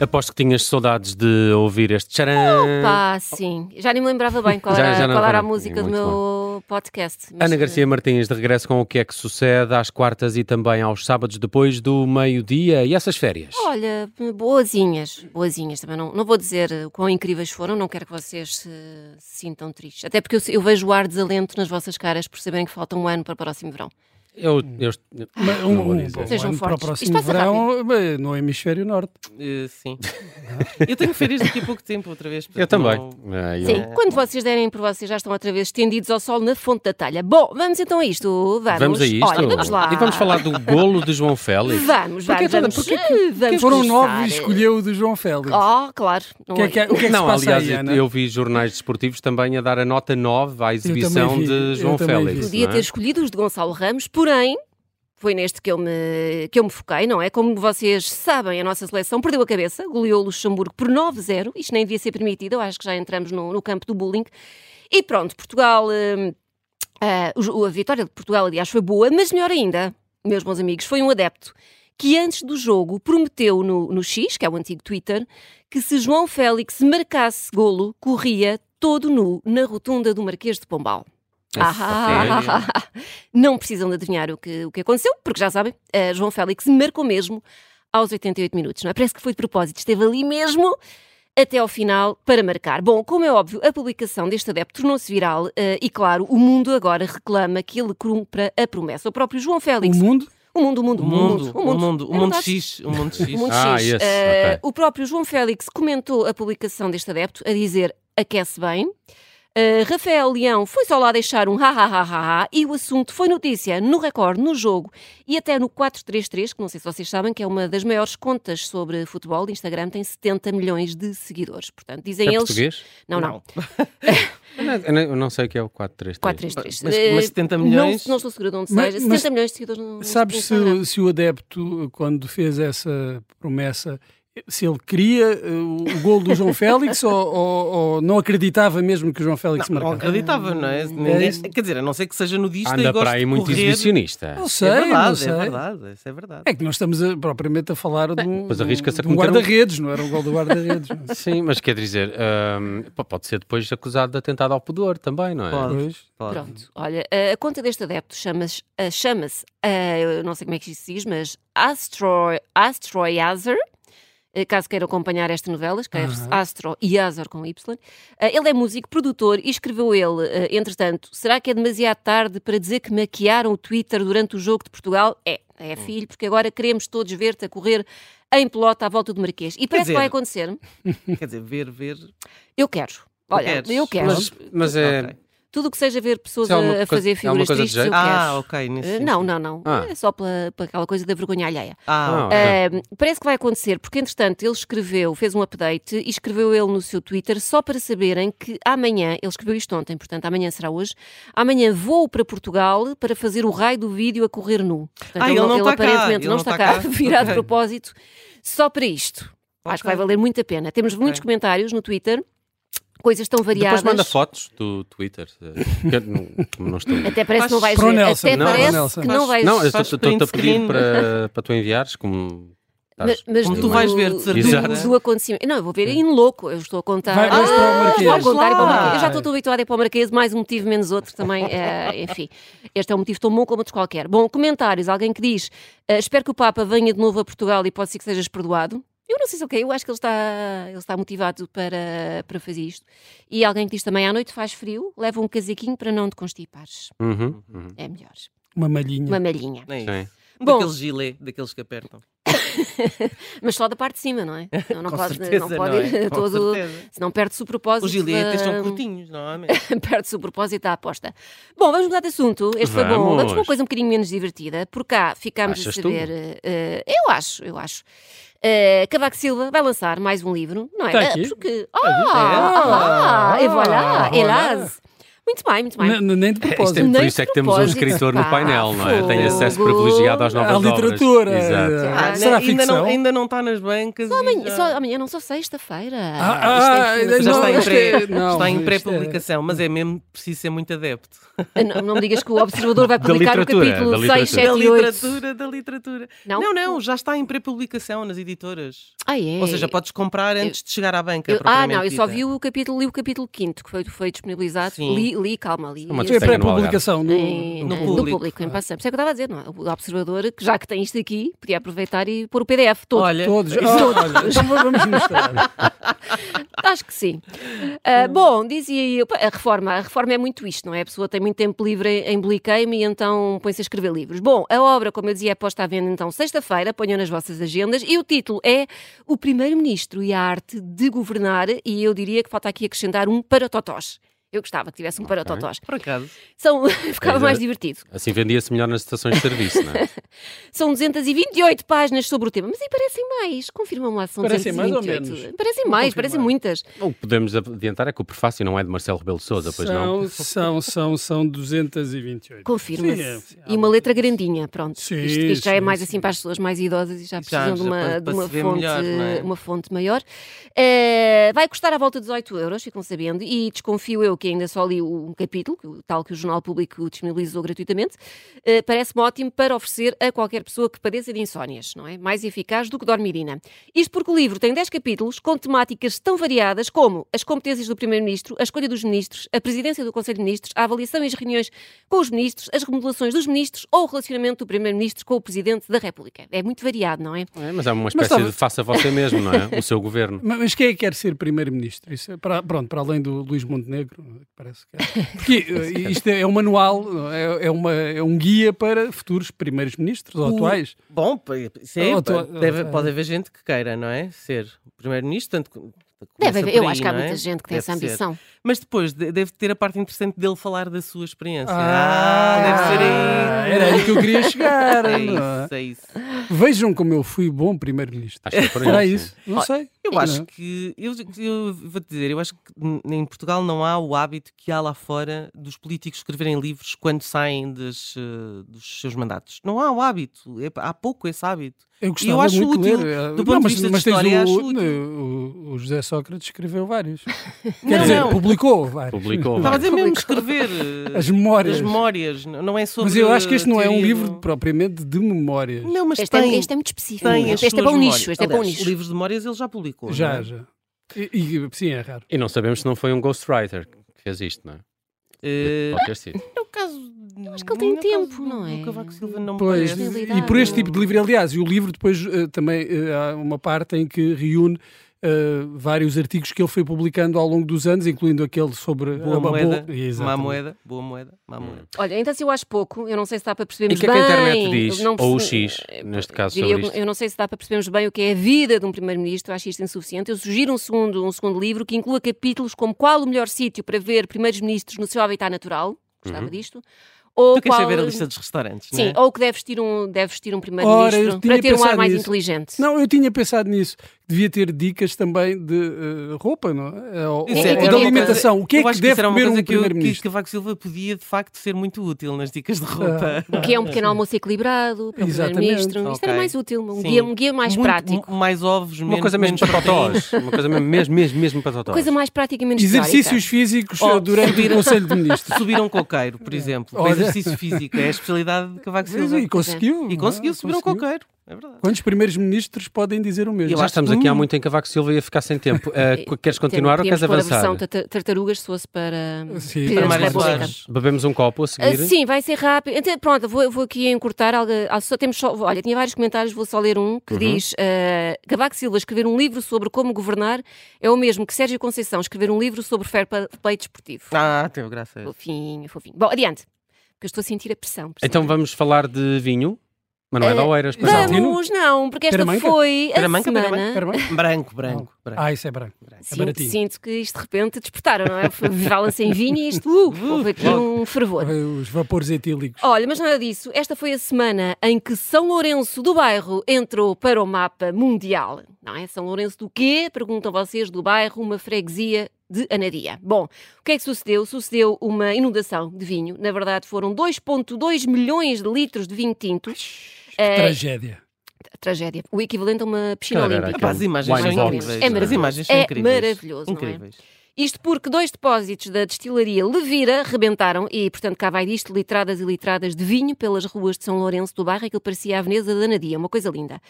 Aposto que tinhas saudades de ouvir este tcharam. Pá, sim. Já nem me lembrava bem qual Já- era, já não qual era a lembrava. música do Muito meu podcast. mas, Ana Garcia Martins, de regresso com o que é que sucede às quartas e também aos sábados depois do meio-dia e essas férias. eh, Olha, boazinhas, boazinhas também. Não, não vou dizer eh, o quão incríveis foram, não quero que vocês se, se sintam tristes. Até porque eu, eu vejo o ar desalento nas vossas caras por saberem que falta um ano para o próximo verão. Eu, eu, Mas um, Não vou um, dizer. bom Sejam ano para o fortes. próximo Isto passa verão eh, no hemisfério norte. Eh, sim. eu tenho férias daqui a pouco tempo, outra vez. eu portanto, também. não- Ah, eu- Sim, quando vocês derem por vocês já estão outra vez estendidos ao sol na fonte da talha. Bom, vamos então a isto. Vamos, Vamos a isto. Olha, vamos lá. E vamos falar do golo de João Félix. Vamos, Porquê vamos, toda- vamos. porquê vamos Foram começar. nove e escolheu o do João Félix. Oh, claro. Não O que é que, é- o que é que não, se passa aliás, aí, eu- Ana? eu vi jornais desportivos também a dar a nota 9 à exibição vi, de eu João também vi. Félix. Podia não é? ter escolhido os de Gonçalo Ramos, porém. Foi neste que eu, me, que eu me foquei, não é? Como vocês sabem, a nossa seleção perdeu a cabeça, goleou o Luxemburgo por 9-0. Isto nem devia ser permitido, eu acho que já entramos no, no campo do bullying. E pronto, Portugal. hum, ah, os- a vitória de Portugal, aliás, foi boa, mas melhor ainda, meus bons amigos, foi um adepto que antes do jogo prometeu no, no X, que é o antigo Twitter, que se João Félix marcasse golo, corria todo nu na rotunda do Marquês de Pombal. Ah, não precisam de adivinhar o que, o que aconteceu, porque já sabem, eh, João Félix marcou mesmo aos 88 minutos, não é? Parece que foi de propósito, esteve ali mesmo até ao final para marcar. Bom, como é óbvio, a publicação deste adepto tornou-se viral eh, e, claro, o mundo agora reclama que ele cumpra a promessa. O próprio João O Félix. mundo? O mundo, o mundo, O mundo, o mundo, o É mundo verdade. X, o mundo X. Muito Ah, X. esse, Eh, ok. O próprio João Félix comentou a publicação deste adepto a dizer aquece bem. Eh, Rafael Leão foi só lá deixar um ha ha ha ha ha e o assunto foi notícia no Record, no jogo e até no 433, que não sei se vocês sabem, que é uma das maiores contas sobre futebol. de Instagram tem 70 milhões de seguidores. Portanto, dizem É eles. português? Não, não. Eu não- Eu não, eu não sei o que é o 433. 433. Mas- Eh, mas 70 não- milhões? Não, estou segura de onde Mas- seja. 70 mas milhões de seguidores no, no Sabes Instagram. se, se o adepto, quando fez essa promessa, se ele queria eh, o, o gol do João Félix ou, ou- ou não acreditava mesmo que o João Félix Não, não marcava? acreditava, não é? Ninguém- isso. quer dizer, a não ser que seja nudista e Anda goste para aí de muito correr. exibicionista. Oh, Não sei, É não verdade, sei. é verdade, isso é verdade. É que nós estamos a- propriamente a falar de um, Pois arrisca-se a de um cometer um- guarda-redes, não era o gol do guarda-redes. não é? Sim, mas quer dizer, hum, pô, pode ser depois acusado de atentado ao pudor também, não é? Pode. Pois. Pode. Pronto, olha, a conta deste adepto chama-se, ah, chama-se, ah, eu não sei como é que isso se diz, mas Astro, Astroyazer, eh, caso queiram acompanhar esta novela, escreve-se Astro e Azor com Y. Ah, ele é músico, produtor e escreveu ele, ah, entretanto, será que é demasiado tarde para dizer que maquiaram o Twitter durante o jogo de Portugal? É, é Hum. filho, porque agora queremos todos ver-te a correr em pelota à volta do Marquês. E parece que dizer- vai acontecer. Quer dizer, ver, ver. Eu quero. Olha, queres? eu quero. Mas, mas é. Ok. Tudo o que seja ver pessoas Isso é alguma a, a coisa- é fazer alguma figuras coisa de tristes, eu jeito? quero. Ah, ok, nesse Eh, sentido. Não, não, não. Ah. É só pela, para aquela coisa da vergonha alheia. Ah, Ah, ok. Ah, parece que vai acontecer, porque entretanto ele escreveu, fez um update e escreveu ele no seu Twitter só para saberem que amanhã, ele escreveu isto ontem, portanto amanhã será hoje, amanhã vou para Portugal para fazer o raio do vídeo a correr nu. Portanto, Ah, ele não está cá, aparentemente ele não está cá, virado a propósito, só para isto. Acho que vai Ok. valer muito a pena. Temos muitos Ok. comentários no Twitter, coisas tão variadas. Depois manda fotos do Twitter. que eu não, como não estou. Até parece que não vais Pro ver. Nelson, Até não, parece pro Nelson. que não vais Não, eu Faz estou- estou-te a print screen. pedir para, para tu enviares, como. Mas, estás- mas Como do- tu vais ver, de certeza. Do, do acontecimento. Não, eu vou ver em louco. Eu estou a contar. Ah, Vai- vais para o Marquês. Estou a contar e para o Vai. Marquês. Eu já estou tão habituada a ir para o Marquês, mais um motivo, menos outro também. eh, enfim, este é um motivo tão bom como outros qualquer. Bom, comentários. Alguém que diz: eh, espero que o Papa venha de novo a Portugal e pode ser que sejas perdoado. Eu não sei se é o quê, eu acho que ele está, ele está motivado para, para fazer isto. E alguém que diz também: à noite faz frio, leva um casaquinho para não te constipares. Uhum, é, uhum. É melhor. Uma malhinha. Uma malhinha. Nem Sim. Bom. Daqueles É gilet, daqueles que apertam. Mas só da parte de cima, não é? Não, não Com pode, certeza, não pode ir é? Com todo. certeza. Senão perde-se o propósito. Os giletes da- são curtinhos, normalmente. Perde-se o propósito da aposta. Bom, vamos mudar de assunto. Este foi bom. Vamos. Vamos para uma coisa um bocadinho menos divertida. Por cá ficámos Achas a tu? saber. eh, eu acho, eu acho. Eh, Cavaco Silva vai lançar mais um livro, não é? Está aqui. Porque. Ah! Ah! Ah, e voilà! voilà. Hélas! Muito bem, muito bem. N- n- Nem de Isto é, propósito. Nem por de isso é que temos um propósito, escritor no pá, painel, não é? Tem fogo. acesso privilegiado às novas À obras. literatura. Exato. eh, Ah, Será né? ainda, Não, ficção? ainda não está nas bancas. e Amanhã, já- só amanhã não só sexta-feira. Ah, ah, Isto é ainda Já informação. Não, está, em isto pré, é- não, está em isto é- pré-publicação, mas é mesmo preciso ser muito adepto. Ah, não, não me digas que o Observador vai Da publicar o literatura, da capítulo literatura. 6, 7 Da e 8. literatura, da literatura. É Não? Não, não, já está em pré-publicação nas editoras. Ah, é. Ou seja, podes comprar antes de chegar à banca. Eu- ah, é propriamente não, eu só dita. vi o capítulo, li o capítulo 5 que foi, foi disponibilizado. Sim. Li, li, calma, li. Uma Isto é Tenho no pré-publicação. no- Em- no na- público. no público, em passando. Por isso é que eu estava a dizer, não é? O observador, que já que tem isto aqui, podia aproveitar e pôr o PDF todo. Olha, Todos. Ah, olha, então vamos mostrar. Acho que sim. Ah, Hum. bom, dizia eu, pá, a reforma, a reforma é muito isto, não é? A pessoa tem muito tempo livre em bliqueime e então põe-se a escrever livros. Bom, a obra, como eu dizia, é posta à venda então sexta-feira, ponham nas vossas agendas e o título é O Primeiro-Ministro e a Arte de Governar e eu diria que falta aqui acrescentar um para totós. Eu gostava que tivesse um para totós. é por acaso. São, ficava Pois é. mais divertido. Assim vendia-se melhor nas estações de serviço, não é? São 228 páginas sobre o tema, mas aí parecem mais. Confirma-me lá, se são Parecem mais ou 228. menos? Parecem mais, confirmar. parecem muitas. O que podemos adiantar é que o prefácio não é de Marcelo Rebelo de Sousa, pois não? São, são, são, são 228. Confirma-se. Sim, é, sim, há e uma muito. letra grandinha, pronto. Sim, isto, isto já é sim, mais sim. assim para as pessoas mais idosas e já precisam de já uma, para- de para uma se ver fonte, melhor, não é? uma fonte maior. Eh, vai custar à volta de 18 euros, ficam sabendo, e desconfio eu que ainda só li um capítulo, que o- tal que o Jornal Público disponibilizou gratuitamente. Eh, Parece-me ótimo para oferecer a qualquer pessoa que padeça de insónias, não é? Mais eficaz do que dormirina. Isto porque o livro tem 10 capítulos com temáticas tão variadas como as competências do Primeiro-Ministro, a escolha dos ministros, a presidência do Conselho de Ministros, a avaliação e as reuniões com os ministros, as remodelações dos ministros ou o relacionamento do Primeiro-Ministro com o Presidente da República. É muito variado, não é? É, mas é uma espécie estava- de faça você mesmo, não é? O seu governo. Mas, mas quem é que quer ser primeiro-ministro? Isso é para- Pronto, para além do Luís Montenegro, que parece que é. Porque eh, isto é um manual, não é, é uma, é um guia para futuros primeiros-ministros ou O- atuais. ah, Bom, pa- isso é, Ou pa- tu- deve- ou- pode haver gente que queira, não é? Ser primeiro-ministro, tanto que- começa Deve haver, por eu aí, acho que há não é? muita gente que tem Deve essa ser. ambição. Mas depois de- deve ter a parte interessante dele falar da sua experiência. Ah, deve ser Ah, aí. Era aí que eu queria chegar. não É é? isso, é isso. Vejam como eu fui bom primeiro-ministro. Acho que é por aí, Será sim. isso? Não sei. Eu Não. acho que. Eu, eu vou-te dizer, eu acho que n- em Portugal não há o hábito que há lá fora dos políticos escreverem livros quando saem das, eh, dos seus mandatos. Não há o hábito. É- há pouco esse hábito. Eu gostava eu acho muito de útil. ler. Do ponto de mas, vista de mas tens história, o, acho útil. o- o José Sócrates escreveu vários. Quer Não, dizer, não. publicou vários. Publicou. Estava a dizer mesmo Publicou. escrever. eh, As memórias. As memórias, n- não é sobre. Mas eu acho que este não é um teoria, livro propriamente de memórias. Não, mas Este, tem, é, este é muito específico. tem as este é suas para um memórias. nicho. Este é para um Aliás, nicho. livros de memórias ele já publicou. não já, é? já. E, e- sim, é raro. E não sabemos se não foi um ghostwriter que fez isto, não é? Eh, Pode ter sido. no caso. acho que ele tem no caso tempo, do- não do é? Cavaco Silva não me Pois, parece. possibilidade. e por este tipo de livro, aliás, e o livro depois eh, também eh, há uma parte em que reúne eh, vários artigos que ele foi publicando ao longo dos anos, incluindo aquele sobre Boa a- a moeda, boa- Má Exatamente. moeda, boa moeda, má moeda. Olha, então se eu acho pouco, eu não sei se dá para percebermos E o que é bem. que a internet diz? eu não Ou o perce- X, neste caso, Diria sobre eu, isto? eu não sei se dá para percebermos bem o que é a vida de um primeiro-ministro, acho isto insuficiente. Eu sugiro um segundo, um segundo livro que inclua capítulos como qual o melhor sítio para ver primeiros-ministros no seu habitat natural, gostava disto. Ou Tu queres qual- é saber a lista dos restaurantes, Sim, não é? ou que deve vestir um, deve vestir um Ora, primeiro-ministro eu tinha para ter um ar pensado mais nisso. inteligente. Não, eu tinha pensado nisso. Devia ter dicas também de eh, roupa, não é? Eh, Ou, Isso ou- é- ou era de uma alimentação. O que é Eu que acho deve isso era uma comer coisa um Ah. que, eu- que primeiro-ministro? Cavaco Silva podia de facto ser muito útil nas dicas de roupa. O que é um pequeno almoço equilibrado para o Exatamente. primeiro-ministro. Isto era Ok. mais útil, um, Sim. guia, um guia mais Muito- prático. m- Mais ovos, Uma coisa mesmo para totós. Uma coisa mesmo, mesmo, mesmo, mesmo para totós. Coisa mais prática e menos Exercícios físicos eh, Oh, durante o Conselho de Ministros. Subir um coqueiro, É. por exemplo. para Olha. exercício físico. É a especialidade de Cavaco Silva. E conseguiu. é? E conseguiu subir um Conseguiu. coqueiro. É verdade. Quantos primeiros ministros podem dizer o mesmo? Eu Já acho- estamos aqui há Hum. muito em Cavaco Silva e ia ficar sem tempo. Eh, qu- queres continuar ou Podíamos queres pôr a versão avançar? tarta- tartarugas se fosse para Sim, Presidente para da Mário República. Soares. Bebemos um copo a Ah, seguir. sim, vai ser rápido. Então, pronto, vou, vou aqui encurtar. algo- ah, só temos só, olha, tinha vários comentários, vou só ler um Uhum. que diz: ah, Cavaco Silva escrever um livro sobre como governar é o mesmo que Sérgio Conceição escrever um livro sobre fair pa- play desportivo. Ah, teve graça. a esse. Fofinho, fofinho. Bom, adiante, porque eu estou a sentir a pressão. é percebe? Então vamos falar de vinho. Manuela Eh, Oeiras, pois não. Exato. Vamos, não, porque esta Peramanca? foi a Peramanca, semana. Espera Peramanca, bem. Branco, branco, branco. É Ah, isso é branco. É Sinto, baratinho. sinto que isto de repente despertaram, não é? Valam-se em vinho e isto, uh, houve aqui um fervor. Os vapores etílicos. Olha, mas nada disso. Esta foi a semana em que São Lourenço do Bairro entrou para o mapa mundial. não é? São Lourenço do quê? Perguntam vocês do bairro, uma freguesia de Anadia. Bom, o que é que sucedeu? Sucedeu uma inundação de vinho. Na verdade, foram 2,2 milhões de litros de vinho tinto. Eh, Tragédia. tragédia. O equivalente a uma piscina Cara, era olímpica. aquele Pá, as imagens wine são box, incríveis. é As maravilhoso. imagens são É incríveis. maravilhoso, não é? Incríveis. Isto porque dois depósitos da destilaria Levira rebentaram e, portanto, cá vai disto, litradas e litradas de vinho pelas ruas de São Lourenço do Bairro, aquilo parecia a Veneza da Nadia, uma coisa linda.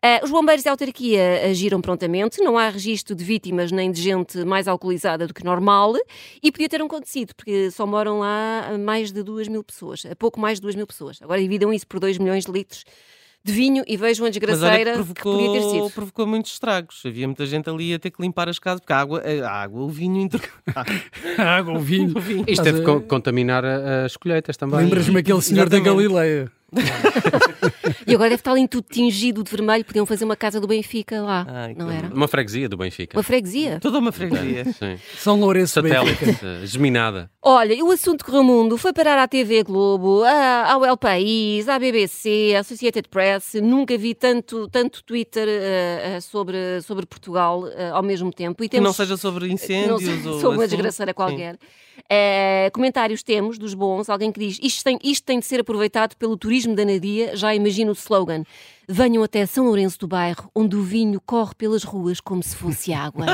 Ah, os bombeiros e a autarquia agiram prontamente, não há registro de vítimas nem de gente mais alcoolizada do que normal e podia ter acontecido, porque só moram lá mais de 2 mil pessoas, a pouco mais de 2 mil pessoas. Agora dividam isso por 2 milhões de litros de vinho e vejam a Mas olha desgraceira que que podia ter provocou, sido. provocou muitos estragos. Havia muita gente ali a ter que limpar as casas, porque a água, a água o vinho Ah, entrou. A água, o vinho. Isto é Mas, teve eh, que con- contaminar a- as colheitas também. Lembras-me aquele senhor da Exatamente. Galileia. E agora deve estar ali tudo tingido de vermelho, podiam fazer uma casa do Benfica lá, Ai, não que era? Uma freguesia do Benfica. Uma freguesia. é Toda uma freguesia. Sim. São Lourenço do Benfica. Satélite, eh, geminada. Olha, e o assunto que Mundo foi parar à TV Globo, à- ao El País, à BBC, à Associated Press. Nunca vi tanto, tanto Twitter eh, eh, sobre, sobre Portugal eh, ao mesmo tempo. E Que temos, não seja sobre não incêndios sei, ou. sobre uma assim. desgraceira qualquer. Eh, comentários temos dos bons, alguém que diz isto tem, isto tem de ser aproveitado pelo turismo da Nadia, já imagino o slogan. Venham até São Lourenço do Bairro, onde o vinho corre pelas ruas como se fosse água.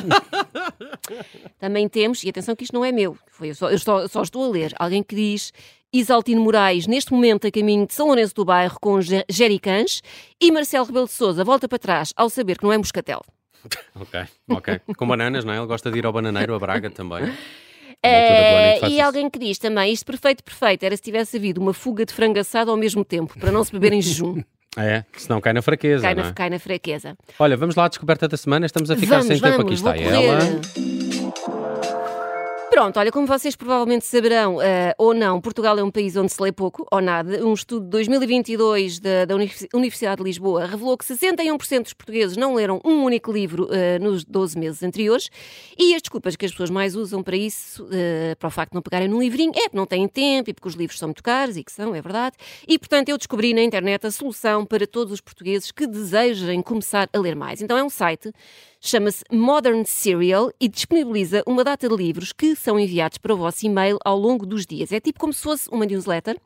Também temos, e atenção que isto não é meu, foi, eu, só, eu só- só estou a ler, alguém que diz Isaltino Moraes, neste momento a caminho de São Lourenço do Bairro com os ge- jericãs e Marcelo Rebelo de Sousa volta para trás ao saber que não é Moscatel. Ok, ok. Com bananas, não é? Ele gosta de ir ao bananeiro, a Braga também. Uma altura do ano em que É, faz e isso. alguém que diz também, isto perfeito, perfeito, era se tivesse havido uma fuga de frango assado ao mesmo tempo, para não se beber em jejum, É, senão cai na fraqueza, cai não na, é? cai na fraqueza. Olha, vamos lá à descoberta da semana. Estamos a ficar vamos, sem vamos, tempo. Aqui vou está correr. ela. Pronto, olha, como vocês provavelmente saberão eh, ou não, Portugal é um país onde se lê pouco ou nada. Um estudo de 2022 da, da Unif- Universidade de Lisboa revelou que 61% dos portugueses não leram um único livro eh, nos 12 meses anteriores e as desculpas que as pessoas mais usam para isso, eh, para o facto de não pegarem num livrinho, é porque não têm tempo e porque os livros são muito caros e que são, é verdade. E, portanto, eu descobri na internet a solução para todos os portugueses que desejem começar a ler mais. Então é um site Chama-se Modern Serial e disponibiliza uma data de livros que são enviados para o vosso e-mail ao longo dos dias. É tipo como se fosse uma newsletter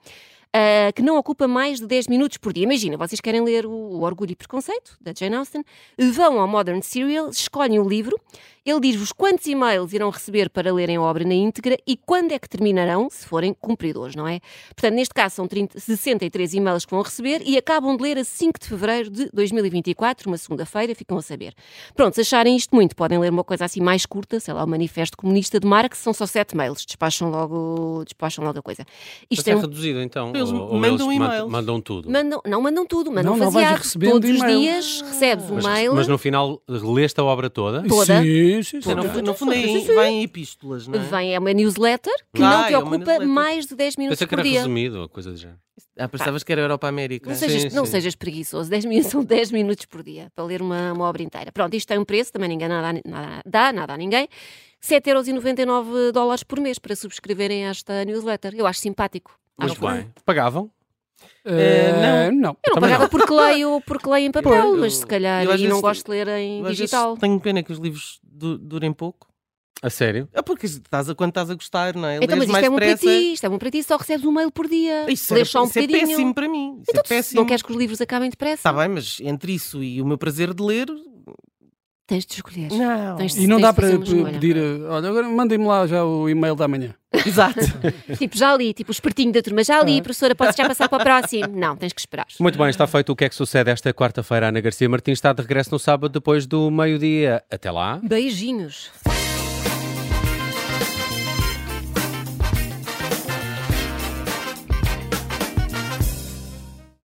ah, que não ocupa mais de 10 minutos por dia. Imagina, vocês querem ler o, o Orgulho e Preconceito, da Jane Austen, vão ao Modern Serial, escolhem o livro, ele diz-vos quantos e-mails irão receber para lerem a obra na íntegra e quando é que terminarão, se forem cumpridores, não é? Portanto, neste caso são 30, 63 e-mails que vão receber e acabam de ler a 5 de fevereiro de 2024, uma segunda-feira, ficam a saber. Pronto, se acharem isto muito, podem ler uma coisa assim mais curta, sei lá, o Manifesto Comunista de Marx, são só 7 mails, despacham logo, despacham logo a coisa. Mas Isto é é um- reduzido, então. Eles ou, ou mandam eles mat- e-mails. mandam tudo. Mandam, não mandam tudo, mandam Não, não vais faseado. recebendo Todos os e-mail. dias recebes um mas, mail. mas no final leste a obra toda. Toda? Sim, sim, sim. Sim, no, no fundo, é Sim, aí sim. vai em epístolas, não é? Vem, é uma newsletter que não Ah, te é uma ocupa newsletter. mais de 10 minutos Pensei que por era dia. resumido, ou coisa do género. Ah, pensavas que era Europa América. Não sejas, Sim, não sim. sejas preguiçoso, 10 minutos, são 10 minutos por dia para ler uma, uma obra inteira. Pronto, isto tem um preço, também ninguém nada, a- nada a- dá nada a ninguém. 7,99€ dólares por mês para subscreverem esta newsletter. Eu acho simpático. Muito Acho que- bem. Pagavam? Eh, não. Eu não Também pagava não. porque leio, porque leio em papel, Pois. mas se calhar Eu às e não vezes- gosto de ler em Eu às vezes assim, digital. Tenho pena que os livros du- durem pouco. A sério? É porque estás a, quando estás a gostar, não é? Então, Lês mas isto mais é bom para depressa. ti, isto é bom para ti, só recebes um mail por dia. Isso, Lês era, só um isso é bocadinho. péssimo para mim. Isso Então, é tu se péssimo. não queres que os livros acabem depressa, Está bem, mas entre isso e o meu prazer de ler, tens de escolher. não. Tens de- E não tens dá de fazer para uma escolha. pedir. eh, Olha, agora mandem-me lá já o e-mail da manhã. Exato. Tipo, já li, tipo, o espertinho da turma, já li, Tá. professora, podes já passar para o próximo. Não, tens que esperar. Muito bem, está feito o que é que sucede esta quarta-feira. Ana Garcia Martins está de regresso no sábado depois do meio-dia. Até lá. Beijinhos.